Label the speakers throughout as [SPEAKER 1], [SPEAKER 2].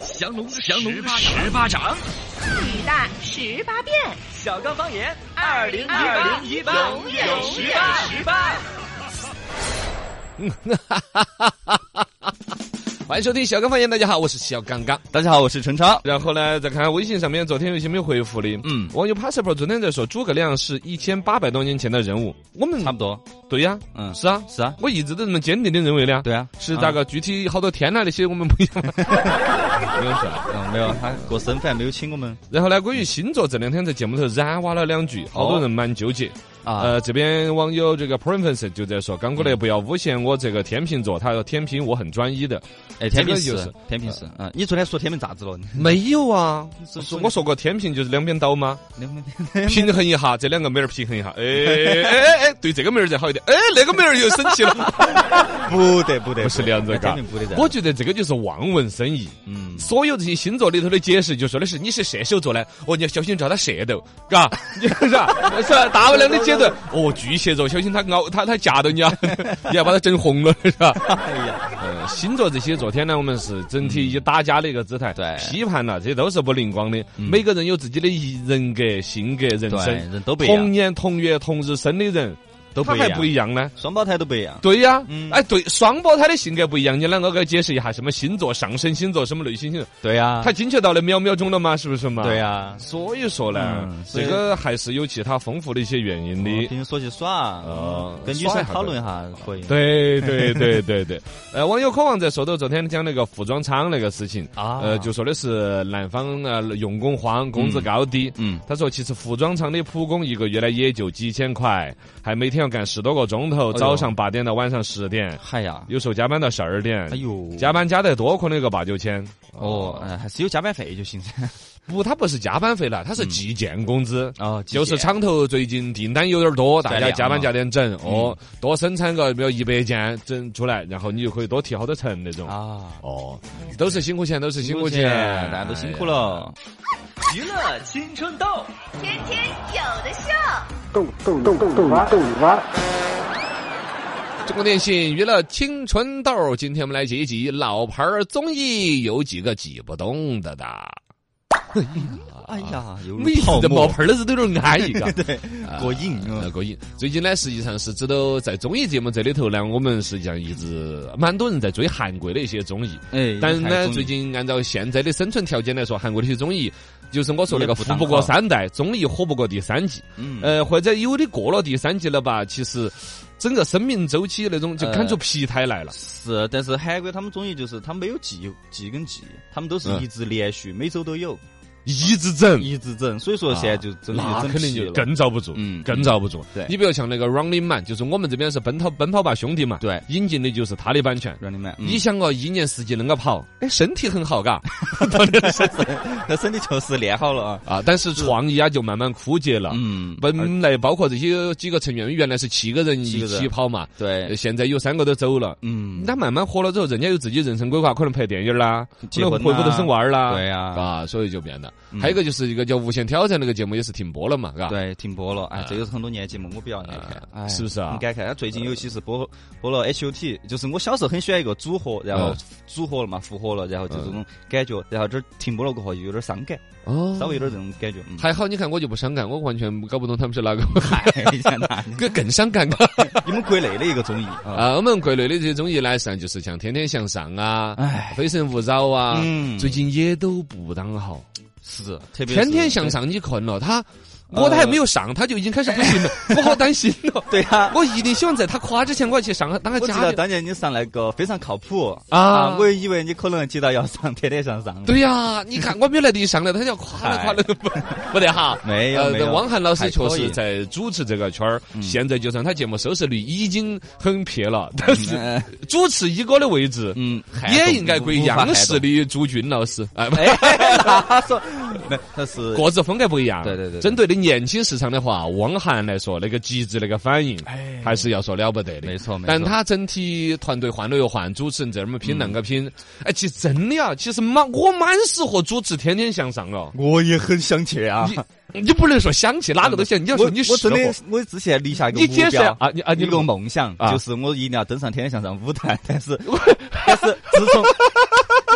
[SPEAKER 1] 降龙降龙
[SPEAKER 2] 十八十八掌，
[SPEAKER 3] 女大十八变，
[SPEAKER 4] 小刚方言
[SPEAKER 3] 二零一八
[SPEAKER 4] 零一八
[SPEAKER 3] 永远十八
[SPEAKER 4] 十八。
[SPEAKER 1] 欢迎收听小刚方言，大家好，我是小刚刚。
[SPEAKER 2] 大家好，我是陈超。
[SPEAKER 1] 然后呢，再看看微信上面昨天有些没有回复的，
[SPEAKER 2] 嗯
[SPEAKER 1] 网友 passport 昨天在说诸葛亮是一千八百多年前的人物，我们
[SPEAKER 2] 差不多，
[SPEAKER 1] 对呀、
[SPEAKER 2] 嗯，
[SPEAKER 1] 是啊，
[SPEAKER 2] 是啊，
[SPEAKER 1] 我一直都这么坚定的认为的呀。
[SPEAKER 2] 对啊，
[SPEAKER 1] 是大概具体好多天呐那些我们不一样。
[SPEAKER 2] 没有说，嗯，没有，他过身份没有请我们
[SPEAKER 1] 然后呢，关于星座这两天在节目头染挖了两句，好多人蛮纠结。
[SPEAKER 2] 啊，
[SPEAKER 1] 呃，这边网友这个 preference 就在说，刚过来不要诬陷我这个天秤座，他说天平我很专一的。
[SPEAKER 2] 哎，天平
[SPEAKER 1] 这个
[SPEAKER 2] 是
[SPEAKER 1] 就是
[SPEAKER 2] 天平是，嗯，你昨天说天平咋子了？
[SPEAKER 1] 没有啊，
[SPEAKER 2] 是
[SPEAKER 1] 是我说过天平就是两边倒吗？
[SPEAKER 2] 两分
[SPEAKER 1] 平衡一下，这两个妹儿平衡一下。哎哎哎哎，对这个妹儿再好一点，哎那个妹儿又生 气了。
[SPEAKER 2] 不得不得，
[SPEAKER 1] 不是这样子
[SPEAKER 2] 那
[SPEAKER 1] 嘎
[SPEAKER 2] 肯定不得的。
[SPEAKER 1] 我觉得这个就是望文生义。
[SPEAKER 2] 嗯，
[SPEAKER 1] 所有这些星座里头的解释，就说的是你是射手座呢，哦，你要小心遭他射到，嘎，你是吧？ 是吧大不了你解 到，哦，巨蟹座，小心他熬他他夹到你啊，你要把他 整红了，是吧？
[SPEAKER 2] 哎呀，
[SPEAKER 1] 呃，星座这些，昨天呢，我们是整体以打家的一个姿态，
[SPEAKER 2] 嗯对嗯
[SPEAKER 1] 批判了，这都是不灵光的。每个人有自己的一人格、性格、人
[SPEAKER 2] 对，
[SPEAKER 1] 生，
[SPEAKER 2] 人都不一
[SPEAKER 1] 同
[SPEAKER 2] 样，
[SPEAKER 1] 年同月同日生的人，
[SPEAKER 2] 都
[SPEAKER 1] 他
[SPEAKER 2] 一
[SPEAKER 1] 还
[SPEAKER 2] 样
[SPEAKER 1] 不，一样呢。
[SPEAKER 2] 双胞胎都不一样。
[SPEAKER 1] 对呀、
[SPEAKER 2] 嗯
[SPEAKER 1] 哎，对，双胞胎的性格不一样，你啷个给我解释一下？什么星座、上升星座，什么类型星座？
[SPEAKER 2] 对呀
[SPEAKER 1] 它，精确到了秒秒钟了吗？是不是嘛？
[SPEAKER 2] 啊对。啊呀，
[SPEAKER 1] 所以说呢
[SPEAKER 2] 嗯，所以哦
[SPEAKER 1] 这个还是有其他丰富的一些原因
[SPEAKER 2] 你
[SPEAKER 1] 的。
[SPEAKER 2] 平时说起耍，
[SPEAKER 1] 哦
[SPEAKER 2] 嗯跟女生讨论一下可以。
[SPEAKER 1] 对对对 对对，呃，网友渴望在说到昨天讲那个服装厂那个事情，
[SPEAKER 2] 啊
[SPEAKER 1] 呃，就说的是南方呃用工荒，工资高低。
[SPEAKER 2] 嗯，
[SPEAKER 1] 他说：“其实服装厂的普工一个月呢也就几千块，还每天要干十多个钟头，
[SPEAKER 2] 哎呦
[SPEAKER 1] 早上八点到晚上十点，
[SPEAKER 2] 嗨呀，
[SPEAKER 1] 有时候加班到十二点
[SPEAKER 2] 哎，呦，
[SPEAKER 1] 加班加得多可能有个八九千。
[SPEAKER 2] 哦，哎还是有加班费就行。
[SPEAKER 1] 不，他不是加班费了，他是计件工资。
[SPEAKER 2] 哦，
[SPEAKER 1] 就是厂头最近订单有点多，大
[SPEAKER 2] 在量
[SPEAKER 1] 家
[SPEAKER 2] 啊嗯
[SPEAKER 1] 加班
[SPEAKER 2] 嘛
[SPEAKER 1] 加点整哦，多生产个比如一百件整出来，然后你就可以多提好多成那种。
[SPEAKER 2] 啊，
[SPEAKER 1] 哦，都是辛苦钱，都是辛苦钱，
[SPEAKER 2] 大家都辛苦了。
[SPEAKER 4] 娱乐青春痘，
[SPEAKER 3] 天天有的秀。
[SPEAKER 5] 逗逗逗逗你玩，逗你玩。
[SPEAKER 1] 哎呀。中国电信娱乐青春痘，今天我们来解一解老牌儿综艺有几个挤不动的的。
[SPEAKER 2] 哎呀，有
[SPEAKER 1] 每次这冒啊泡儿的时候都有点安 逸，嘎。
[SPEAKER 2] 对，过瘾
[SPEAKER 1] 呃，
[SPEAKER 2] 啊！
[SPEAKER 1] 过瘾。最近呢，实际上是指的在综艺节目这里头呢，我们实际上一直蛮多人在追韩国的一些综艺。
[SPEAKER 2] 哎
[SPEAKER 1] 但呢，最近按照现在的生存条件来说，韩国的一些综艺，就是我说那个
[SPEAKER 2] 也不
[SPEAKER 1] 富
[SPEAKER 2] 当
[SPEAKER 1] 不过
[SPEAKER 2] 好
[SPEAKER 1] 三代，综艺火不过第三季，
[SPEAKER 2] 嗯，
[SPEAKER 1] 呃，或者有的过了第三季了吧，其实整个生命周期那种就看出疲态来了。
[SPEAKER 2] 是，但是韩国他们综艺就是他们没有季季跟季，他们都是
[SPEAKER 1] 嗯
[SPEAKER 2] 一直连续，每周都有，
[SPEAKER 1] 一直整，
[SPEAKER 2] 一直整，所以说现在就真
[SPEAKER 1] 嗯啊那
[SPEAKER 2] 的整
[SPEAKER 1] 肯定
[SPEAKER 2] 皮
[SPEAKER 1] 就
[SPEAKER 2] 了。
[SPEAKER 1] 更遭不住，
[SPEAKER 2] 嗯
[SPEAKER 1] 更遭不住。
[SPEAKER 2] 对
[SPEAKER 1] 你比如像那个 Running Man，就是我们这边是奔跑奔跑吧兄弟嘛，
[SPEAKER 2] 对嗯
[SPEAKER 1] 引进的就是他的版权。
[SPEAKER 2] 让你们，
[SPEAKER 1] 你想哦，一年四季恁个
[SPEAKER 2] 嗯
[SPEAKER 1] 跑，哎，身体很好，嘎
[SPEAKER 2] 那身体确实练好了啊。
[SPEAKER 1] 啊，但是创意啊就慢慢枯竭了。
[SPEAKER 2] 嗯，
[SPEAKER 1] 啊本来包括这些几个成员，原来是七个人
[SPEAKER 2] 七
[SPEAKER 1] 一
[SPEAKER 2] 个人
[SPEAKER 1] 起跑嘛，
[SPEAKER 2] 对，
[SPEAKER 1] 现在有三个都走了。
[SPEAKER 2] 嗯，
[SPEAKER 1] 他慢慢火了之后，人家有自己人生规划，可能拍电影啦，可
[SPEAKER 2] 结
[SPEAKER 1] 能
[SPEAKER 2] 婚
[SPEAKER 1] 回
[SPEAKER 2] 啦
[SPEAKER 1] 屋头生娃儿啦，
[SPEAKER 2] 对呀
[SPEAKER 1] 啊，所以就变了。还有一个就是一个叫《无限挑战》那个节目也是停播了嘛，嘎。
[SPEAKER 2] 对，停播了。哎，这个是很多年节目，我比较爱
[SPEAKER 1] 啊
[SPEAKER 2] 看，哎
[SPEAKER 1] 是不是啊
[SPEAKER 2] 很感慨。他最近尤其是播播了 H O T，就是我小时候很喜欢一个组合，然后
[SPEAKER 1] 嗯
[SPEAKER 2] 组合了嘛，复合了，然后就这种感觉，然后这儿停播了过后又有点伤感，
[SPEAKER 1] 哦
[SPEAKER 2] 稍微有点这种感觉。嗯，
[SPEAKER 1] 还好，你看我就不伤感，我完全搞不懂他们是哪个，
[SPEAKER 2] 嗨，你想哪里
[SPEAKER 1] 更更伤 感。
[SPEAKER 2] 啊你们国内的一个综艺啊，
[SPEAKER 1] 啊，我们国内的这些综艺呢，实际上就是像《天天向上》啊，
[SPEAKER 2] 哎
[SPEAKER 1] 《非诚勿扰》啊，
[SPEAKER 2] 嗯
[SPEAKER 1] 最近也都不当好。
[SPEAKER 2] 是特别
[SPEAKER 1] 天天
[SPEAKER 2] 是
[SPEAKER 1] 向。上，你困了他。我都还没有上，他就已经开始不行了，我好担心哦。
[SPEAKER 2] 呃 对呀，
[SPEAKER 1] 我一定希望在他垮之前，我要去上个当个
[SPEAKER 2] 我记
[SPEAKER 1] 嘉
[SPEAKER 2] 得
[SPEAKER 1] 宾
[SPEAKER 2] 当年你上那个非常靠谱
[SPEAKER 1] 啊
[SPEAKER 2] 我以为你可能记得要上天天向上。
[SPEAKER 1] 对呀，你看我没来得上了，他就要垮了垮了， 不不得哈。
[SPEAKER 2] 没有
[SPEAKER 1] 呃
[SPEAKER 2] 没有
[SPEAKER 1] 汪涵老师
[SPEAKER 2] 还
[SPEAKER 1] 确
[SPEAKER 2] 可
[SPEAKER 1] 实
[SPEAKER 2] 以嗯
[SPEAKER 1] 在主持这个圈儿，现在就算他节目收视率已经很 撇了，但是
[SPEAKER 2] 嗯，
[SPEAKER 1] 主持一哥的位置，
[SPEAKER 2] 嗯，撼
[SPEAKER 1] 也
[SPEAKER 2] 动
[SPEAKER 1] 应该归
[SPEAKER 2] 无法撼
[SPEAKER 1] 央
[SPEAKER 2] 动
[SPEAKER 1] 视的朱军老师，哎， 不
[SPEAKER 2] 哎，那说那那是
[SPEAKER 1] 各自风格不一样。啊
[SPEAKER 2] 对对对对
[SPEAKER 1] 针对的年轻市场的话，汪涵来说，那个极致那个反应，还是要说了不得的。
[SPEAKER 2] 哎没错没错
[SPEAKER 1] 但他整体团队换了又换，主持人这么拼那
[SPEAKER 2] 嗯
[SPEAKER 1] 个拼，哎，其实真的啊，其实蛮我蛮适合主持《天天向上》哦。
[SPEAKER 2] 我也很想去啊
[SPEAKER 1] 你你不能说想去哪个都想，你要
[SPEAKER 2] 我
[SPEAKER 1] 说你
[SPEAKER 2] 我
[SPEAKER 1] 适
[SPEAKER 2] 真
[SPEAKER 1] 合。
[SPEAKER 2] 的，我之前立下一个
[SPEAKER 1] 你解
[SPEAKER 2] 目
[SPEAKER 1] 释
[SPEAKER 2] 标
[SPEAKER 1] 啊你啊你
[SPEAKER 2] 一个梦想，
[SPEAKER 1] 啊
[SPEAKER 2] 就是我一定要登上《天天向上》舞台，但是但是自从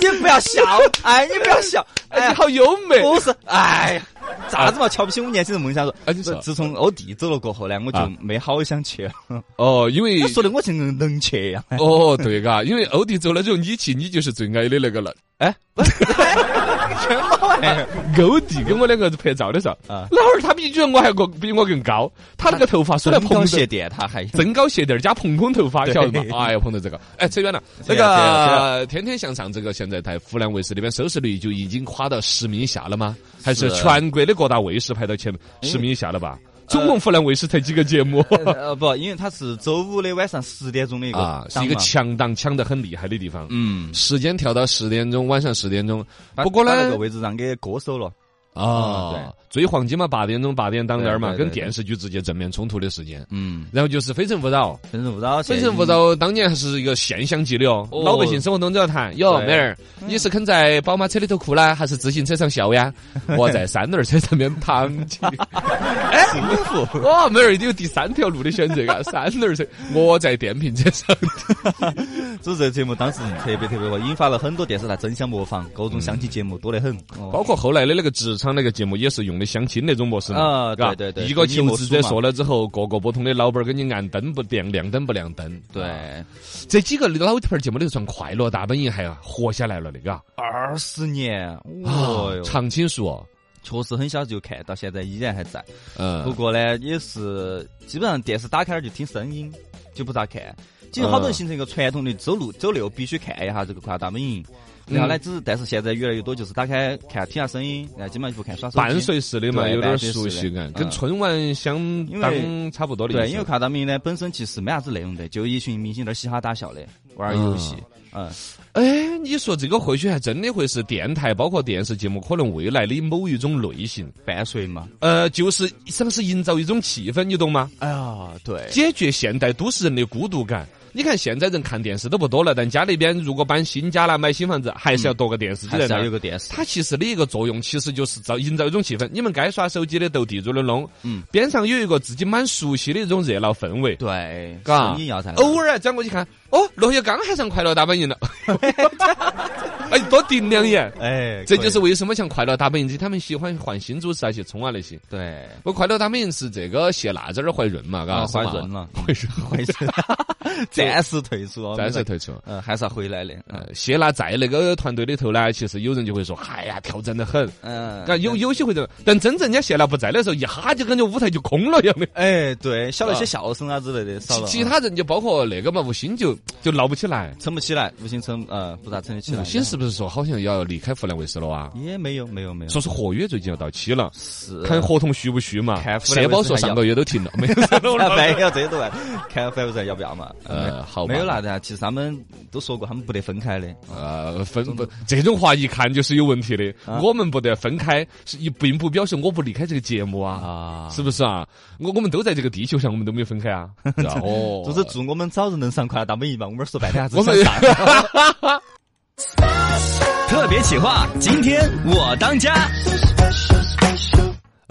[SPEAKER 2] 你不要要笑，哎，你不要笑，
[SPEAKER 1] 哎，
[SPEAKER 2] 哎
[SPEAKER 1] 你，好优美。
[SPEAKER 2] 不是，哎呀。咋子嘛？瞧不起我们年轻人梦想说
[SPEAKER 1] 哎你说，
[SPEAKER 2] 自从我弟走了过后呢，我就
[SPEAKER 1] 啊
[SPEAKER 2] 没好想去了。
[SPEAKER 1] 哦，因为
[SPEAKER 2] 我说的我像能去一样。
[SPEAKER 1] 哦，对嘎，因为欧弟走了之后，你去你就是最矮的那个了。
[SPEAKER 2] 哎， 什么玩意儿？
[SPEAKER 1] 欧弟跟我两个拍照的时候，
[SPEAKER 2] 啊
[SPEAKER 1] 那会儿他比居然我还个比我更高，他那个头发梳来
[SPEAKER 2] 增高
[SPEAKER 1] 蓬
[SPEAKER 2] 鞋
[SPEAKER 1] 的，
[SPEAKER 2] 垫，他还
[SPEAKER 1] 增高鞋垫儿加蓬空头发，
[SPEAKER 2] 对
[SPEAKER 1] 晓得吗？哎呀，碰到这个，哎，扯远了。
[SPEAKER 2] 扯
[SPEAKER 1] 那
[SPEAKER 2] 远了扯远
[SPEAKER 1] 个天天向上这个现在在湖南卫视那边收视率就已经跨到十名以下了吗？还是
[SPEAKER 2] 是
[SPEAKER 1] 全国的各大卫视排到前十名以下了吧？总共湖南卫视才几个节 目
[SPEAKER 2] 呃不，因为他是周五的晚上十点钟的一个
[SPEAKER 1] 啊？是一
[SPEAKER 2] 档
[SPEAKER 1] 个
[SPEAKER 2] 嘛
[SPEAKER 1] 强档，强得很厉害的地方。
[SPEAKER 2] 嗯，
[SPEAKER 1] 时间调到十点钟，晚上十点钟。
[SPEAKER 2] 把
[SPEAKER 1] 不过
[SPEAKER 2] 把那
[SPEAKER 1] 呢
[SPEAKER 2] 个，位置让给歌手了。
[SPEAKER 1] 啊，
[SPEAKER 2] 对，
[SPEAKER 1] 最黄金嘛，八点钟、八点档那儿嘛，
[SPEAKER 2] 对对对
[SPEAKER 1] 跟电视剧直接正面冲突的时间。
[SPEAKER 2] 嗯，
[SPEAKER 1] 然后就是《非诚勿扰》，《
[SPEAKER 2] 非诚勿扰，
[SPEAKER 1] 非诚勿扰》当年还是一个现象级的哦，
[SPEAKER 2] 哦
[SPEAKER 1] 老百姓生活当中要谈。哟，
[SPEAKER 2] 对嗯
[SPEAKER 1] 妹儿，你是肯在宝马车里头哭呢，还是自行车上 笑呀？我在三轮车上面躺起。哎，舒 服。哇，妹儿，你有第三条路的选择啊，三轮车，我在电瓶车上。
[SPEAKER 2] 所以这个节目当时特别特别火，引发了很多电视台争相模仿，各种相亲节目多得很。哦
[SPEAKER 1] 包括后来的那个职场那个节目也是用的相亲那种模式嘛，
[SPEAKER 2] 啊
[SPEAKER 1] 嘎
[SPEAKER 2] 对对对
[SPEAKER 1] 一个
[SPEAKER 2] 你
[SPEAKER 1] 求
[SPEAKER 2] 莫
[SPEAKER 1] 职
[SPEAKER 2] 输
[SPEAKER 1] 者
[SPEAKER 2] 嘛
[SPEAKER 1] 说了之后，各个不同的老板儿给你按灯不亮，亮灯不亮灯。啊
[SPEAKER 2] 对，
[SPEAKER 1] 这几个老牌儿节目里头算快乐大本营还活下来了的，嘎
[SPEAKER 2] 二十年，
[SPEAKER 1] 啊
[SPEAKER 2] 哦，哟，
[SPEAKER 1] 常青树，哦，
[SPEAKER 2] 确实很小就看，到现在依然还在。不
[SPEAKER 1] 嗯，
[SPEAKER 2] 过呢，也是基本上电视打开了就听声音，就不咋看。其实好多人形成一个传统的周六周六必须看一下这个《快乐大本营》，然后呢，只是但是现在越来越多就是打开看听下声音，然后基本上就不看耍手机。
[SPEAKER 1] 伴随式的嘛，
[SPEAKER 2] 对
[SPEAKER 1] 有点儿
[SPEAKER 2] 伴随式
[SPEAKER 1] 熟
[SPEAKER 2] 的
[SPEAKER 1] 悉感，
[SPEAKER 2] 嗯
[SPEAKER 1] 跟春晚相
[SPEAKER 2] 因
[SPEAKER 1] 当
[SPEAKER 2] 为
[SPEAKER 1] 差不多的意
[SPEAKER 2] 对，
[SPEAKER 1] 思
[SPEAKER 2] 因为《快乐大本营》呢本身其实没啥子内容的，就一群明星在那儿嘻哈打笑的，玩儿游戏。嗯，
[SPEAKER 1] 哎，你说这个或许还真的会是电台包括电视节目可能未来的某一种类型，
[SPEAKER 2] 伴随嘛。
[SPEAKER 1] 呃，就是想是营造一种气氛，你懂吗？
[SPEAKER 2] 哎呀，对，
[SPEAKER 1] 解决现代都市人的孤独感。你看现在人看电视都不多了，但家里边如果搬新家了、买新房子，还是要多个电视机
[SPEAKER 2] 嗯还
[SPEAKER 1] 在
[SPEAKER 2] 是
[SPEAKER 1] 那
[SPEAKER 2] 要有
[SPEAKER 1] 儿。
[SPEAKER 2] 个电视。
[SPEAKER 1] 它其实的一个作用，其实就是造营造一种气氛。你们该耍手机的斗地主的弄，
[SPEAKER 2] 嗯
[SPEAKER 1] 边上有一个自己蛮熟悉的一种热闹氛围，
[SPEAKER 2] 对，
[SPEAKER 1] 嘎
[SPEAKER 2] 声音要在。
[SPEAKER 1] 偶尔啊转过去看，哦，罗小刚还上《快乐大本营》了， 哎，多顶两眼。
[SPEAKER 2] 哎，
[SPEAKER 1] 这就是
[SPEAKER 2] 可以
[SPEAKER 1] 为什么像《快乐大本营》这他们喜欢换新主持啊，去冲啊那些。
[SPEAKER 2] 对。
[SPEAKER 1] 我快乐大本营是这个谢娜这儿怀孕嘛，嘎，
[SPEAKER 2] 啊，
[SPEAKER 1] 是
[SPEAKER 2] 怀
[SPEAKER 1] 嘛
[SPEAKER 2] 孕了，
[SPEAKER 1] 怀孕，
[SPEAKER 2] 怀孕，暂时退出，
[SPEAKER 1] 暂时退出。
[SPEAKER 2] 呃，还是要回来的。
[SPEAKER 1] 呃，谢娜在那个团队里头呢，其实有人就会说，哎呀，挑战的很。
[SPEAKER 2] 嗯，
[SPEAKER 1] 但有有些会这样，但真正人家谢娜不在的时候，一哈就感觉舞台就空了 一样的。
[SPEAKER 2] 哎，对，少了一些笑声啊之类的，少
[SPEAKER 1] 其
[SPEAKER 2] 了
[SPEAKER 1] 其他人就包括那个嘛，吴昕就就闹不起来。
[SPEAKER 2] 撑不起来，吴昕撑呃不咋撑得起来。
[SPEAKER 1] 吴昕是不是说好像要离开湖南卫视了啊？
[SPEAKER 2] 也没有没有没有，
[SPEAKER 1] 说是合约最近要到期了，
[SPEAKER 2] 是啊
[SPEAKER 1] 看合同续不续嘛。
[SPEAKER 2] 看湖南卫视
[SPEAKER 1] 社保说上个月都停了，没有上 个月
[SPEAKER 2] 哎没有这都外，看反正要不要嘛？
[SPEAKER 1] 呃，好吧，
[SPEAKER 2] 没有啦的啊，其实他们都说过，他们不得分开的。
[SPEAKER 1] 呃，分不这种话一看就是有问题的。
[SPEAKER 2] 啊
[SPEAKER 1] 我们不得分开，是也并不表示我不离开这个节目啊，
[SPEAKER 2] 啊
[SPEAKER 1] 是不是啊？我我们都在这个地球上，我们都没有分 开啊。是吧哦
[SPEAKER 2] 就是祝我们早日能上快乐大本营吧。我们说半天还是
[SPEAKER 1] 我们
[SPEAKER 2] 想上。
[SPEAKER 4] 特别企划，今天我当家。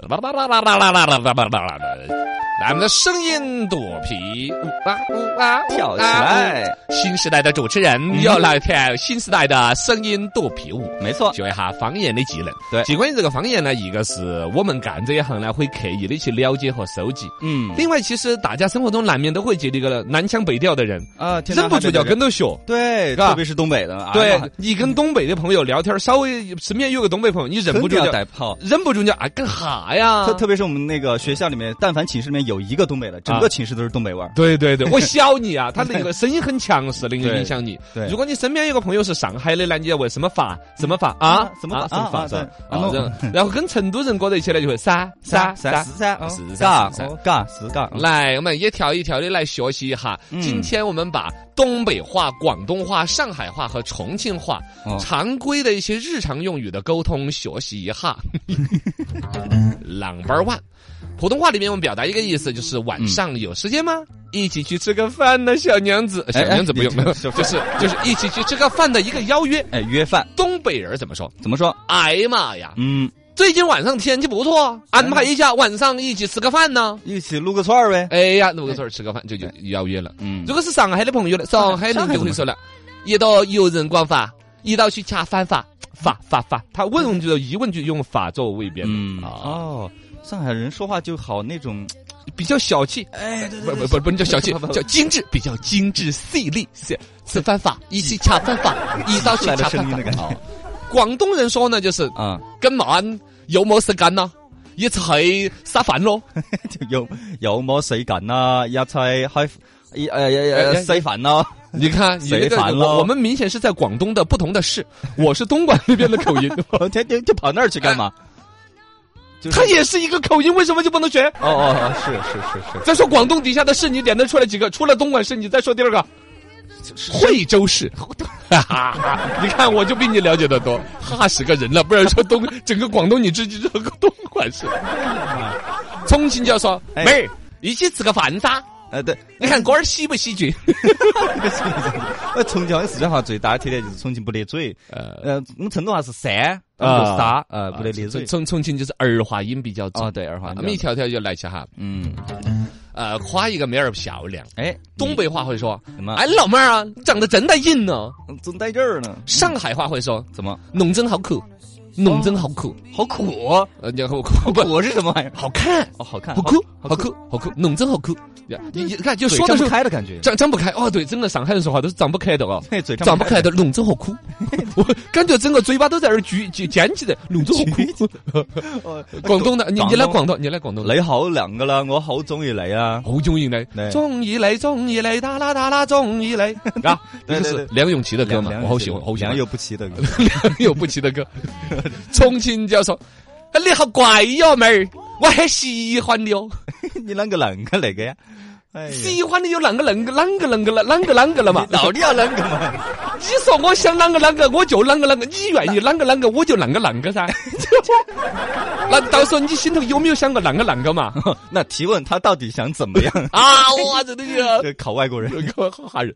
[SPEAKER 1] 啦啦啦啦啦啦啦啦啦啦啦 咱们的声音肚皮舞啊舞啊
[SPEAKER 2] 跳起来！
[SPEAKER 1] 新时代的主持人又来跳新时代的声音肚皮舞。
[SPEAKER 2] 没错，
[SPEAKER 1] 学一下方言的技能。
[SPEAKER 2] 对
[SPEAKER 1] 就关于这个方言呢，一个是我们干这一行呢会刻意的去了解和收集，
[SPEAKER 2] 嗯
[SPEAKER 1] 另外其实大家生活中难免都会接这个南腔北调的人，
[SPEAKER 2] 啊，天
[SPEAKER 1] 忍
[SPEAKER 2] 南
[SPEAKER 1] 不
[SPEAKER 2] 海
[SPEAKER 1] 住
[SPEAKER 2] 北
[SPEAKER 1] 就要
[SPEAKER 2] 的人
[SPEAKER 1] 跟着学。
[SPEAKER 2] 对，
[SPEAKER 1] 吧
[SPEAKER 2] 特别是东北的啊，
[SPEAKER 1] 对
[SPEAKER 2] 哇
[SPEAKER 1] 你跟东北的朋友聊天，稍微身边有个东北朋友，你忍
[SPEAKER 2] 肯
[SPEAKER 1] 不住
[SPEAKER 2] 定要
[SPEAKER 1] 就
[SPEAKER 2] 带跑。
[SPEAKER 1] 忍不住就啊干哈呀
[SPEAKER 2] 特？特别是我们那个学校里面，但凡寝室里面有一个东北的，整
[SPEAKER 1] 啊
[SPEAKER 2] 个寝室都是东北味儿。
[SPEAKER 1] 对对 对，我笑你啊！他那个声音很强势的影响你。
[SPEAKER 2] 对对
[SPEAKER 1] 如果你身边有个朋友是上海的，那你要问什么法？什么法啊
[SPEAKER 2] 啊？什么法
[SPEAKER 1] 啊什么法？
[SPEAKER 2] 啊
[SPEAKER 1] 是吧
[SPEAKER 2] 啊对
[SPEAKER 1] 啊然后然后跟成都人搁在一起呢，就会啥啥啥
[SPEAKER 2] 十三
[SPEAKER 1] 哦
[SPEAKER 2] 嘎
[SPEAKER 1] 十三
[SPEAKER 2] 哦嘎十嘎，
[SPEAKER 1] 来，我们一条一条的来学习一下。
[SPEAKER 2] 嗯
[SPEAKER 1] 今天我们把东北话、广东话、上海话和重庆话、
[SPEAKER 2] 哦
[SPEAKER 1] 常规的一些日常用语的沟通学习 一下。浪班万，普通话里面我们表达一个意思，就是晚上有时间吗？一起去吃个饭呢，小娘子。小
[SPEAKER 2] 哎
[SPEAKER 1] 娘子不用，
[SPEAKER 2] 哎
[SPEAKER 1] 就是就是一起去吃个饭的一个邀约。
[SPEAKER 2] 哎，约饭
[SPEAKER 1] 东北人怎么说？
[SPEAKER 2] 怎么说？
[SPEAKER 1] 哎妈呀，
[SPEAKER 2] 嗯，
[SPEAKER 1] 最近晚上天气不错，安排一下晚上一起吃个饭呢。
[SPEAKER 2] 一起撸个串儿呗。
[SPEAKER 1] 哎呀，那我这儿吃个饭，这就邀约了。
[SPEAKER 2] 嗯
[SPEAKER 1] 如，果是上海的朋友呢，上海人就会说了，一到游人广发，一道去掐翻法法法法，他问我们就疑问句用法作为位变，
[SPEAKER 2] 嗯，
[SPEAKER 1] 啊，
[SPEAKER 2] 哦，上海人说话就好那种，
[SPEAKER 1] 比较小气，
[SPEAKER 2] 哎，对
[SPEAKER 1] 不不不不，你叫 小气，叫精致，比较精致细腻，是此翻法一起掐翻法， 一刀去
[SPEAKER 2] 来的
[SPEAKER 1] 掐
[SPEAKER 2] 声
[SPEAKER 1] 翻
[SPEAKER 2] 音的感
[SPEAKER 1] 法。
[SPEAKER 2] 觉
[SPEAKER 1] 哦广东人说呢，就是
[SPEAKER 2] 啊，
[SPEAKER 1] 今晚有冇食緊啊？一齊食飯咯。
[SPEAKER 2] 就有有冇水感呐？一菜还一呃呃
[SPEAKER 1] 哎哎
[SPEAKER 2] 呃塞饭呐？
[SPEAKER 1] 你 看，你那
[SPEAKER 2] 谁
[SPEAKER 1] 个
[SPEAKER 2] 烦咯
[SPEAKER 1] 我我们明显是在广东的不同的市， 我是东莞那边的口音，
[SPEAKER 2] 我天天就跑那儿去干嘛？就是
[SPEAKER 1] 它也是一个口音，为什么就不能学？
[SPEAKER 2] 哦哦哦，是是
[SPEAKER 1] 再说广东底下的市，你点得出来几个？除了东莞市，你再说第二个，
[SPEAKER 2] 是是，
[SPEAKER 1] 惠州市。 哈哈哈，你看我就比你了解的多，哈死个人了，不然说东 整个广东你只知道个东莞市。重庆就要说
[SPEAKER 2] 哎
[SPEAKER 1] 妹儿，一起吃个饭噻。
[SPEAKER 2] 呃对，
[SPEAKER 1] 你看歌儿喜不喜剧？
[SPEAKER 2] 呃重庆的四川话最大的特点就是重庆不咧嘴，
[SPEAKER 1] 呃
[SPEAKER 2] 呃我们成都话是山，就是沙，呃不咧咧嘴
[SPEAKER 1] 重。重重啊庆就是儿化音比较重
[SPEAKER 2] 哦，，对，二
[SPEAKER 1] 我
[SPEAKER 2] 环。
[SPEAKER 1] 们一啊条条就来一下哈。
[SPEAKER 2] 嗯，
[SPEAKER 1] 呃，夸一个妹儿漂亮，
[SPEAKER 2] 哎，
[SPEAKER 1] 东北话会说
[SPEAKER 2] 什么：“
[SPEAKER 1] 哎，老妹儿啊，长得真带劲呢。
[SPEAKER 2] 你正带劲儿呢”，
[SPEAKER 1] 上海话会说
[SPEAKER 2] 怎么？：“
[SPEAKER 1] 弄真好苦，弄真好苦。
[SPEAKER 2] 好苦，”
[SPEAKER 1] 呃，你好苦不？
[SPEAKER 2] 苦是什么玩意儿？
[SPEAKER 1] 好看，
[SPEAKER 2] 哦，好看，
[SPEAKER 1] 好酷，
[SPEAKER 2] 好
[SPEAKER 1] 好酷，好酷，弄真好酷。你你看，就
[SPEAKER 2] 就
[SPEAKER 1] 说
[SPEAKER 2] 说
[SPEAKER 1] 的
[SPEAKER 2] 的
[SPEAKER 1] 是
[SPEAKER 2] 开的感觉，
[SPEAKER 1] 张张不开哦，对，真的上海人说话都是张不开的哦。
[SPEAKER 2] 嘿，嘴
[SPEAKER 1] 张不开的弄真好 苦，我感觉整个嘴巴都在那儿举举尖起的，弄真好苦。
[SPEAKER 2] 哦
[SPEAKER 1] 广东的，你你来
[SPEAKER 2] 广
[SPEAKER 1] 广东，你来广东的。
[SPEAKER 2] 你好凉噶啦，我好中意你 啊！
[SPEAKER 1] 好中意你，
[SPEAKER 2] 对
[SPEAKER 1] 中意你，中意你，哒啦哒啦，中意你， 啊，
[SPEAKER 2] 对
[SPEAKER 1] 这
[SPEAKER 2] 对
[SPEAKER 1] 是
[SPEAKER 2] 对
[SPEAKER 1] 梁咏琪的歌嘛
[SPEAKER 2] 凉，
[SPEAKER 1] 我好喜欢，好喜欢
[SPEAKER 2] 凉
[SPEAKER 1] 梁
[SPEAKER 2] 又不齐的歌，
[SPEAKER 1] 咏不齐的歌。重庆就要说，啊你好乖哟，妹儿，我很喜欢你哦，
[SPEAKER 2] 你啷个啷个那个呀？哎呀，
[SPEAKER 1] 喜欢你有啷个啷个啷个啷个了啷个啷个了 嘛？
[SPEAKER 2] 到底要啷个嘛？
[SPEAKER 1] 你说我想啷个啷个，我就啷个啷个，你愿意啷个啷个，我就啷个啷个 噻。那到时候你心头有没有想过啷个啷个嘛？
[SPEAKER 2] 那提问他到底想怎么样？
[SPEAKER 1] 啊，哇，这东西啊
[SPEAKER 2] 这考外国人，
[SPEAKER 1] 这个好吓人。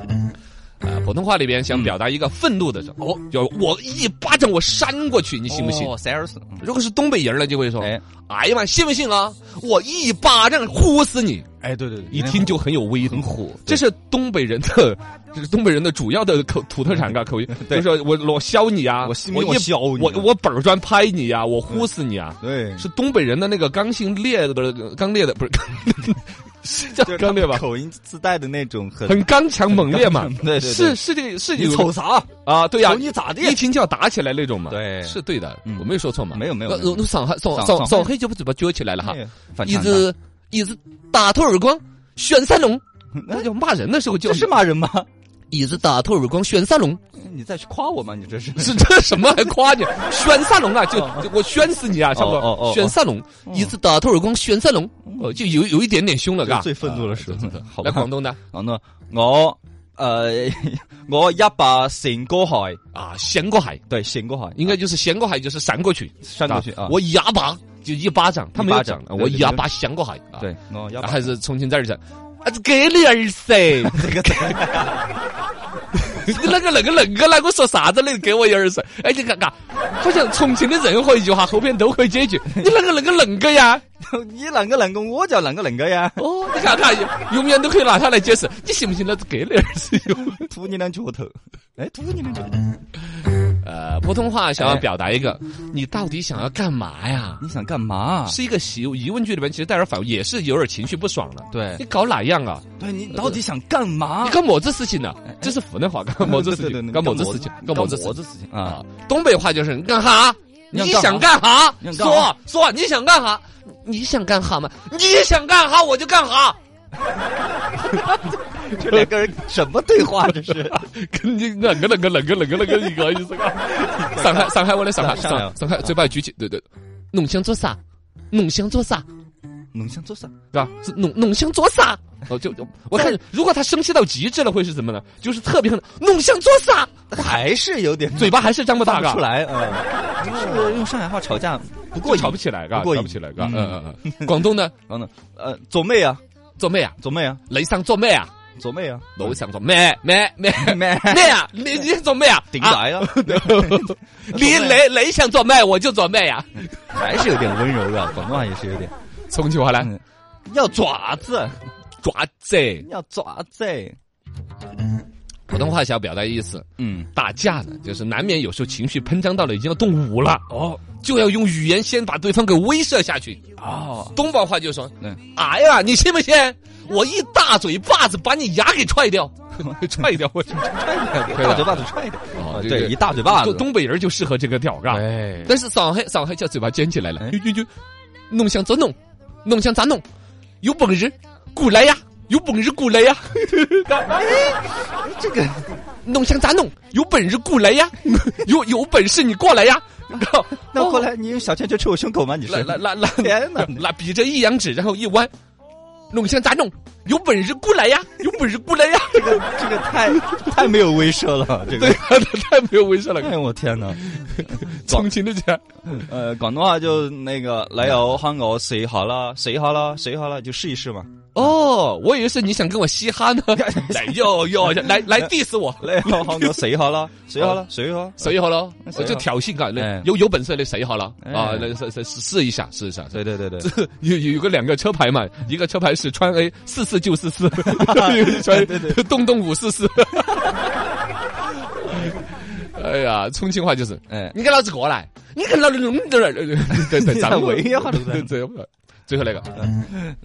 [SPEAKER 1] 呃，普通话里边想表达一个愤怒的时候，哦，就我一巴掌我扇过去，你信不信？
[SPEAKER 2] 哦，塞尔斯，嗯
[SPEAKER 1] 如果是东北人了，就会说
[SPEAKER 2] 哎：“
[SPEAKER 1] 哎呀妈，信不信啊？我一巴掌呼死你
[SPEAKER 2] 哎，对对！”对，
[SPEAKER 1] 一听就很有威，
[SPEAKER 2] 很火
[SPEAKER 1] 这是东北人的，这是东北人的主要的口土特产，嘎啊口音，就是
[SPEAKER 2] 对
[SPEAKER 1] 说我我削你啊，
[SPEAKER 2] 我信不信
[SPEAKER 1] 一
[SPEAKER 2] 我削你
[SPEAKER 1] 我我板砖拍你呀，我呼死你啊！
[SPEAKER 2] 对，
[SPEAKER 1] 是东北人的那个刚性烈的刚烈的， 不是是叫
[SPEAKER 2] 就是
[SPEAKER 1] 刚烈吧？
[SPEAKER 2] 口音自带的那种很
[SPEAKER 1] 很刚强猛烈嘛
[SPEAKER 2] 很，刚对对对
[SPEAKER 1] 是是这是
[SPEAKER 2] 你
[SPEAKER 1] 有
[SPEAKER 2] 瞅啥？
[SPEAKER 1] 啊，对呀
[SPEAKER 2] 瞅，你咋地？
[SPEAKER 1] 一听就要打起来那种嘛，
[SPEAKER 2] 对
[SPEAKER 1] 是对的
[SPEAKER 2] 嗯，
[SPEAKER 1] 我没有说错嘛，
[SPEAKER 2] 没有没有
[SPEAKER 1] 呃
[SPEAKER 2] 没有
[SPEAKER 1] 呃上海上
[SPEAKER 2] 上
[SPEAKER 1] 上
[SPEAKER 2] 上
[SPEAKER 1] 上海就把嘴巴撅起来了哈
[SPEAKER 2] 哎，呀反
[SPEAKER 1] 一
[SPEAKER 2] 常 的
[SPEAKER 1] 直一直打头耳光，旋三龙，那就骂人的时候就
[SPEAKER 2] 这是骂人吗？
[SPEAKER 1] 一直打头耳光旋三龙，
[SPEAKER 2] 你再去夸我吗？你这是
[SPEAKER 1] 是这什么还夸你？旋三龙啊，就就我宣死你啊，差不
[SPEAKER 2] 哦哦
[SPEAKER 1] 多
[SPEAKER 2] 哦
[SPEAKER 1] 旋三龙，一直打头耳光旋三龙，哦就有有一点点凶了，嘎，
[SPEAKER 2] 最愤怒的
[SPEAKER 1] 啊
[SPEAKER 2] 时候，好
[SPEAKER 1] 来
[SPEAKER 2] 吧
[SPEAKER 1] 广东的
[SPEAKER 2] 哦，那我呃， 我一把扇过海，
[SPEAKER 1] 啊，掀过海。
[SPEAKER 2] 对，扇过海，
[SPEAKER 1] 应该就是掀过海，就是扇过去，
[SPEAKER 2] 扇过去啊
[SPEAKER 1] 我一巴就一巴掌，他没有讲
[SPEAKER 2] 一巴，掌
[SPEAKER 1] 我
[SPEAKER 2] 对
[SPEAKER 1] 一
[SPEAKER 2] 对对
[SPEAKER 1] 巴掀过海。啊，
[SPEAKER 2] 对，我一把
[SPEAKER 1] 还是重庆这儿讲，啊，这给你儿噻，
[SPEAKER 2] 这个
[SPEAKER 1] 你那个那个那个那个说啥子呢？给我一耳噻！哎，你看看，好像重庆的任何一句话后边都会接一 句，你那个那个那个呀，
[SPEAKER 2] 你啷个啷个，我就啷个啷个呀，
[SPEAKER 1] 哦，你看看，永远都可以拿它来解释，你信不信老子给你儿噻？
[SPEAKER 2] 吐你两脚头，哎，吐你两脚头，
[SPEAKER 1] 呃，普通话想要表达一个，你到底想要干嘛呀？
[SPEAKER 2] 你想干嘛？
[SPEAKER 1] 是一个疑疑问句里面，其实带点反，也是有点情绪不爽了。
[SPEAKER 2] 对
[SPEAKER 1] 你搞哪样啊？
[SPEAKER 2] 对你到底想干嘛
[SPEAKER 1] 你？干么子事情呢？这是湖南话，干么子事
[SPEAKER 2] 对对对
[SPEAKER 1] 情？
[SPEAKER 2] 对
[SPEAKER 1] 干么
[SPEAKER 2] 干
[SPEAKER 1] 子
[SPEAKER 2] 么
[SPEAKER 1] 事
[SPEAKER 2] 子
[SPEAKER 1] 情？
[SPEAKER 2] 干
[SPEAKER 1] 么
[SPEAKER 2] 么
[SPEAKER 1] 子
[SPEAKER 2] 子
[SPEAKER 1] 事情
[SPEAKER 2] 事情
[SPEAKER 1] 啊
[SPEAKER 2] 啊？
[SPEAKER 1] 东北话就是你干哈？
[SPEAKER 2] 你
[SPEAKER 1] 你想
[SPEAKER 2] 想
[SPEAKER 1] 干哈？
[SPEAKER 2] 你想干
[SPEAKER 1] 说
[SPEAKER 2] 哈
[SPEAKER 1] 说你想干哈？你想干哈嘛？你想干哈我就干哈。
[SPEAKER 2] 这两个人什么对话？这 是
[SPEAKER 1] 跟你那个那个那个那个那个一个意思啊！ 上海上海，我来上海
[SPEAKER 2] 上
[SPEAKER 1] 上
[SPEAKER 2] 上
[SPEAKER 1] 上海，嘴巴举起，对对，侬想做啥？侬想做啥？
[SPEAKER 2] 侬想做啥？
[SPEAKER 1] 是吧？是弄弄想做啥？哦，就就我看，如果他生气到极致了，会是什么呢？就是特别恨，弄想做啥？
[SPEAKER 2] 还是有点
[SPEAKER 1] 嘴巴还是张不大，啊
[SPEAKER 2] 放不出。
[SPEAKER 1] 嘎
[SPEAKER 2] 来，嗯，就是用上海话吵架不过
[SPEAKER 1] 就
[SPEAKER 2] 瘾
[SPEAKER 1] 吵不。起来，嘎，
[SPEAKER 2] 不过
[SPEAKER 1] 吵
[SPEAKER 2] 瘾
[SPEAKER 1] 不起来，嘎，
[SPEAKER 2] 嗯
[SPEAKER 1] 嗯嗯嗯。广东呢，
[SPEAKER 2] 然后呢，呃，做妹啊，
[SPEAKER 1] 做咩啊？
[SPEAKER 2] 做妹啊，
[SPEAKER 1] 你想做咩啊？
[SPEAKER 2] 做妹啊，
[SPEAKER 1] 我想做咩咩咩
[SPEAKER 2] 咩
[SPEAKER 1] 咩啊？你你做咩啊？
[SPEAKER 2] 顶
[SPEAKER 1] 啊！
[SPEAKER 2] 来 啊，
[SPEAKER 1] 你你你想做咩，我就做咩啊呀。
[SPEAKER 2] 还是有点温柔的，广东话也是有点。
[SPEAKER 1] 重庆话呢，
[SPEAKER 2] 嗯要爪子，
[SPEAKER 1] 爪子
[SPEAKER 2] 要爪子，
[SPEAKER 1] 普通话想表达意思，
[SPEAKER 2] 嗯，
[SPEAKER 1] 打架呢，就是难免有时候情绪膨胀到了已经要动武了，
[SPEAKER 2] 哦
[SPEAKER 1] 就要用语言先把对方给威慑下去。
[SPEAKER 2] 哦，
[SPEAKER 1] 东方话就说
[SPEAKER 2] 嗯，：“
[SPEAKER 1] 哎呀，你信不信？我一大嘴巴子把你牙给 踹掉，踹掉，我
[SPEAKER 2] 一大嘴巴子踹的，
[SPEAKER 1] 哦
[SPEAKER 2] 哦
[SPEAKER 1] 这
[SPEAKER 2] 对，
[SPEAKER 1] 个
[SPEAKER 2] 一大嘴巴
[SPEAKER 1] 东
[SPEAKER 2] 子，
[SPEAKER 1] 东北人就适合这个调，是吧？
[SPEAKER 2] 哎，
[SPEAKER 1] 但是上海上海叫嘴巴卷起来了
[SPEAKER 2] 哎，
[SPEAKER 1] 就就就弄想咋弄，弄想咋弄，有本事过来呀，有本事过来呀，
[SPEAKER 2] 这个
[SPEAKER 1] 弄想咋弄，有本事过来 呀，有有本事你过来呀，哦
[SPEAKER 2] 那过来你用小拳拳捶我胸口吗？你是
[SPEAKER 1] 来来来来，
[SPEAKER 2] 天哪！
[SPEAKER 1] 那比着一阳指，然后一弯，弄想咋弄，有本事过来呀，有本事过来 呀，
[SPEAKER 2] 这个这个太太没有威慑了，这
[SPEAKER 1] 对
[SPEAKER 2] 个。，
[SPEAKER 1] 太没有威慑了，
[SPEAKER 2] 哎我天哪！
[SPEAKER 1] 重庆的讲，
[SPEAKER 2] 呃，广东话就那个来哦，喊我试一下啦，试一下啦，试一下啦，就试一试嘛。
[SPEAKER 1] 哦，我以为是你想跟我嘻 哈呢，来哟哟，来来 diss 我。
[SPEAKER 2] 来哦，喊我试一下啦，试一下啦，试一下啦。
[SPEAKER 1] 谁好了？
[SPEAKER 2] 谁好啊
[SPEAKER 1] 我就挑衅感，那
[SPEAKER 2] 哎
[SPEAKER 1] 有有本事的谁好了
[SPEAKER 2] 哎
[SPEAKER 1] 啊？那试试试一下，试一下。
[SPEAKER 2] 对对对对，
[SPEAKER 1] 有有有个两个车牌嘛，一个车牌是川 A 四四就四 四，有一个川
[SPEAKER 2] 对对
[SPEAKER 1] 洞洞五四 四。哎呀，重庆话就是，
[SPEAKER 2] 哎，
[SPEAKER 1] 你给老子过来，你给老子弄点儿， 对对，咱们
[SPEAKER 2] 在围呀对不对
[SPEAKER 1] 对对，最后那个，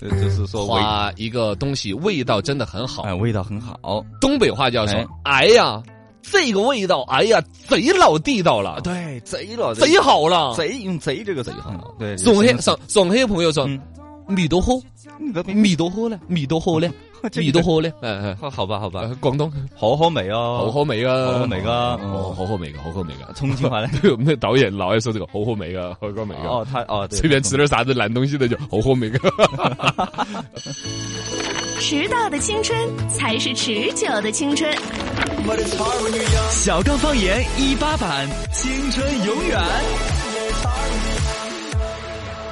[SPEAKER 2] 呃就是说味，
[SPEAKER 1] 哇，一个东西味道真的很好，
[SPEAKER 2] 哎，味道很好。
[SPEAKER 1] 东北话叫什么？哎呀，这个味道，哎呀，贼老地道了，
[SPEAKER 2] 啊对，贼了，
[SPEAKER 1] 贼啊嗯好了，
[SPEAKER 2] 贼用贼这个贼很好。对，
[SPEAKER 1] 上海上上海朋友说
[SPEAKER 2] 嗯，
[SPEAKER 1] 米多好，
[SPEAKER 2] 你个
[SPEAKER 1] 米多好呢，米多 好呢，米多好呢，嗯嗯
[SPEAKER 2] 好好吧好吧，
[SPEAKER 1] 呃，广东
[SPEAKER 2] 好好美啊，
[SPEAKER 1] 好好美啊，
[SPEAKER 2] 好好美啊嗯
[SPEAKER 1] 哦，好好美个，好好美 个。
[SPEAKER 2] 重庆话嘞。
[SPEAKER 1] 对，我们的导演老爱说这个好好美个，好好美个，
[SPEAKER 2] 哦，他哦，对
[SPEAKER 1] 哎随便吃点啥子烂东西的就 好好美啊个。
[SPEAKER 3] 迟到的青春才是持久的青春。
[SPEAKER 4] 小刚方言一八版，青春永远。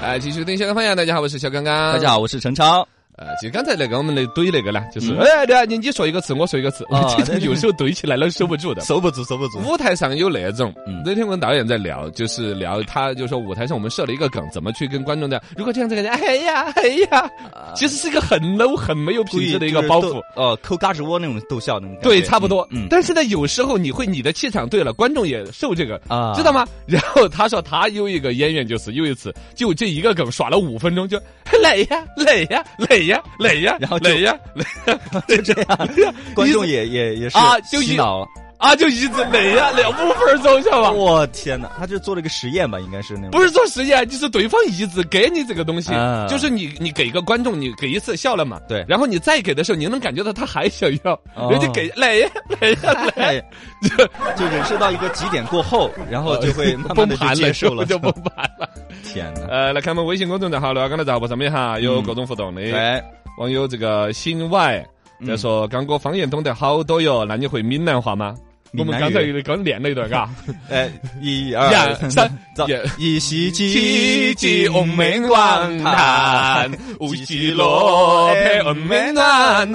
[SPEAKER 1] 哎，继续听小刚方言，大家好，我是小刚刚，
[SPEAKER 2] 大家。好，我是陈超。
[SPEAKER 1] 呃，其实刚才那个我们来怼那个呢，就是
[SPEAKER 2] 嗯
[SPEAKER 1] 哎，对啊，你你说一个词，我说一个词，
[SPEAKER 2] 啊
[SPEAKER 1] 我这
[SPEAKER 2] 对
[SPEAKER 1] 种有时候怼起来了收不住的。
[SPEAKER 2] 收不住，收不住。
[SPEAKER 1] 舞台上有那种
[SPEAKER 2] 嗯，
[SPEAKER 1] 那天我跟导演在聊，就是聊他就说舞台上我们设了一个梗，怎么去跟观众的，如果这样子感觉，哎呀哎呀，
[SPEAKER 2] 啊
[SPEAKER 1] 其实是一个很 low 很没有品质的一个包
[SPEAKER 2] 就是
[SPEAKER 1] 袱
[SPEAKER 2] 逗。哦，抠嘎吱窝那种逗笑那种感觉。
[SPEAKER 1] 对，差不多。
[SPEAKER 2] 嗯，嗯
[SPEAKER 1] 但是呢，有时候你会你的气场对了，观众也受这个，
[SPEAKER 2] 啊
[SPEAKER 1] 知道吗？ 然后他说他有一个演员就是有一次就这一个梗耍了五分钟，就 累呀累呀累呀累呀，
[SPEAKER 2] 然后就
[SPEAKER 1] 累呀累呀，
[SPEAKER 2] 就这 样，观众
[SPEAKER 1] 意思
[SPEAKER 2] 也也也是
[SPEAKER 1] 啊就一
[SPEAKER 2] 洗脑。
[SPEAKER 1] 啊就一直累呀，两五分钟，晓得吧？
[SPEAKER 2] 我天哪，他就做了一个实验吧，应该是那种。
[SPEAKER 1] 不是做实验，就是对方一直给你这个东西，
[SPEAKER 2] 啊
[SPEAKER 1] 就是你你给个观众，你给一次笑了嘛，
[SPEAKER 2] 对
[SPEAKER 1] 然后你再给的时候，你能感觉到他还想要，
[SPEAKER 2] 哦
[SPEAKER 1] 人家给来呀来呀 来
[SPEAKER 2] 哎
[SPEAKER 1] 呀，就
[SPEAKER 2] 就忍受到一个极点过后，然后就会慢慢
[SPEAKER 1] 呃崩
[SPEAKER 2] 的
[SPEAKER 1] 盘
[SPEAKER 2] 接
[SPEAKER 1] 了，
[SPEAKER 2] 受了。
[SPEAKER 1] 就崩盘了。
[SPEAKER 2] 天哪！
[SPEAKER 1] 呃，来看我们微信公众账号“老刚的直播”上面哈，有
[SPEAKER 2] 嗯嗯
[SPEAKER 1] 各种互动的。
[SPEAKER 2] 对，
[SPEAKER 1] 网友这个心外在说：“刚哥方言懂得好多哟，那你会闽南话吗？”我
[SPEAKER 2] 闽
[SPEAKER 1] 们
[SPEAKER 2] 南
[SPEAKER 1] 刚才
[SPEAKER 2] 语
[SPEAKER 1] 刚练了一段，嘎。
[SPEAKER 2] 哎，一
[SPEAKER 1] 呀
[SPEAKER 2] 二
[SPEAKER 1] 三
[SPEAKER 2] 走
[SPEAKER 1] 呀，
[SPEAKER 2] 一喜
[SPEAKER 1] 奇
[SPEAKER 2] 极
[SPEAKER 1] 迹
[SPEAKER 2] 极
[SPEAKER 1] 红
[SPEAKER 2] 红
[SPEAKER 1] 梅
[SPEAKER 2] 梅
[SPEAKER 1] 广
[SPEAKER 2] 广
[SPEAKER 1] 坛
[SPEAKER 2] 坛，，
[SPEAKER 1] 无锡罗佩红梅
[SPEAKER 2] 啊
[SPEAKER 1] 暖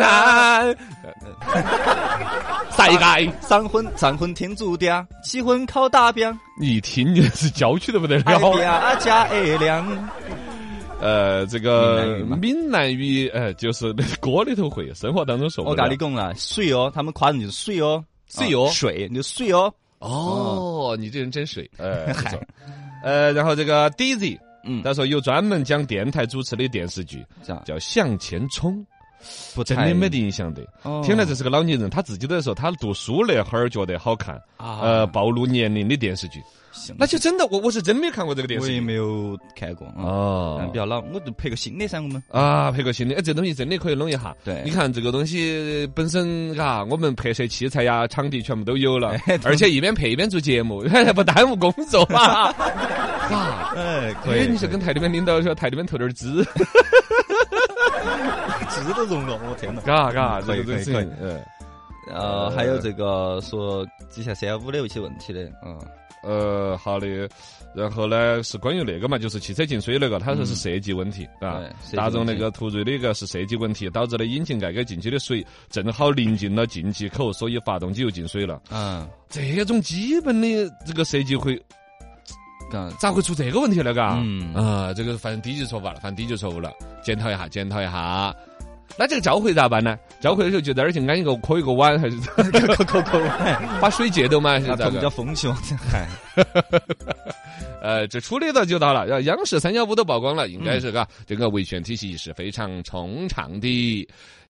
[SPEAKER 1] 暖。晒街，
[SPEAKER 2] 三婚三婚天注定，七婚靠打拼，
[SPEAKER 1] 你一听你是郊区的不得
[SPEAKER 2] 哎
[SPEAKER 1] 了。
[SPEAKER 2] 呀加哎凉。
[SPEAKER 1] 呃，这
[SPEAKER 2] 闽南
[SPEAKER 1] 个
[SPEAKER 2] 语嘛
[SPEAKER 1] 闽南语，呃，就是那歌里头会，生活当中说不
[SPEAKER 2] 我跟
[SPEAKER 1] 了
[SPEAKER 2] 你。讲啊，水哦，他们夸你是水哦，
[SPEAKER 1] 水哦
[SPEAKER 2] 啊水你就水哦，
[SPEAKER 1] 哦，你这人真水。呃，不错呃，然后这个 Daisy，
[SPEAKER 2] 嗯
[SPEAKER 1] 他说有专门讲电台主持的电视剧
[SPEAKER 2] 这样
[SPEAKER 1] 叫《向前冲》。
[SPEAKER 2] 不
[SPEAKER 1] 真
[SPEAKER 2] 太
[SPEAKER 1] 的没得印象的
[SPEAKER 2] 哦。
[SPEAKER 1] 听来这是个老年人，他自己都在说，他读书那会儿觉得好看，
[SPEAKER 2] 啊
[SPEAKER 1] 呃，暴露年龄的电视剧，
[SPEAKER 2] 行
[SPEAKER 1] 那就真的我我是真没看过这个电
[SPEAKER 2] 我
[SPEAKER 1] 视
[SPEAKER 2] 也
[SPEAKER 1] 剧
[SPEAKER 2] 没有看过啊，
[SPEAKER 1] 哦
[SPEAKER 2] 嗯比较老，我就配个新的噻，我们
[SPEAKER 1] 啊，拍个新的，哎，这东西真的可以弄一下。
[SPEAKER 2] 对
[SPEAKER 1] 你看这个东西本身，嘎，我们拍摄器材呀、场地全部都 有了，
[SPEAKER 2] 哎
[SPEAKER 1] 而且一边拍一边做节目， 不耽误工作 嘛。嘎，
[SPEAKER 2] 哎，
[SPEAKER 1] 哎，你是跟台里面领导说，台里面投点儿 资，
[SPEAKER 2] 值都融了，我天哪！
[SPEAKER 1] 嘎嘎，
[SPEAKER 2] 可
[SPEAKER 1] 这
[SPEAKER 2] 以
[SPEAKER 1] 个东西
[SPEAKER 2] 可以可，
[SPEAKER 1] 嗯
[SPEAKER 2] 呃，还有这个说接下三五的一些问题的，嗯，
[SPEAKER 1] 呃，好的。然后呢，是关于那个嘛，就是汽车进水那个，他说是设计问题、啊
[SPEAKER 2] 对设。计
[SPEAKER 1] 大众那
[SPEAKER 2] 问题
[SPEAKER 1] 个途锐的一个是设计问题，导致了引擎盖给进去的水正好临近了进气口，所以发动机又进水了。
[SPEAKER 2] 嗯，
[SPEAKER 1] 这种基本的这个设计会
[SPEAKER 2] 刚
[SPEAKER 1] 咋会出这个问题了？嘎，
[SPEAKER 2] 嗯
[SPEAKER 1] 啊，这个反正低级错误了，反正低级错误了，检讨一下，检讨一下。那这个召回咋办呢？召回的时候就在那儿去安一个磕一个碗，还是
[SPEAKER 2] 扣扣扣，
[SPEAKER 1] 把水戒掉嘛？还是
[SPEAKER 2] 那
[SPEAKER 1] 咋
[SPEAKER 2] 他
[SPEAKER 1] 个
[SPEAKER 2] 们？叫风气王，嗨，
[SPEAKER 1] 呃，这处理了就到了。然后央视三幺五都曝光了，应该是嘎、这个维权体系是非常冗长的。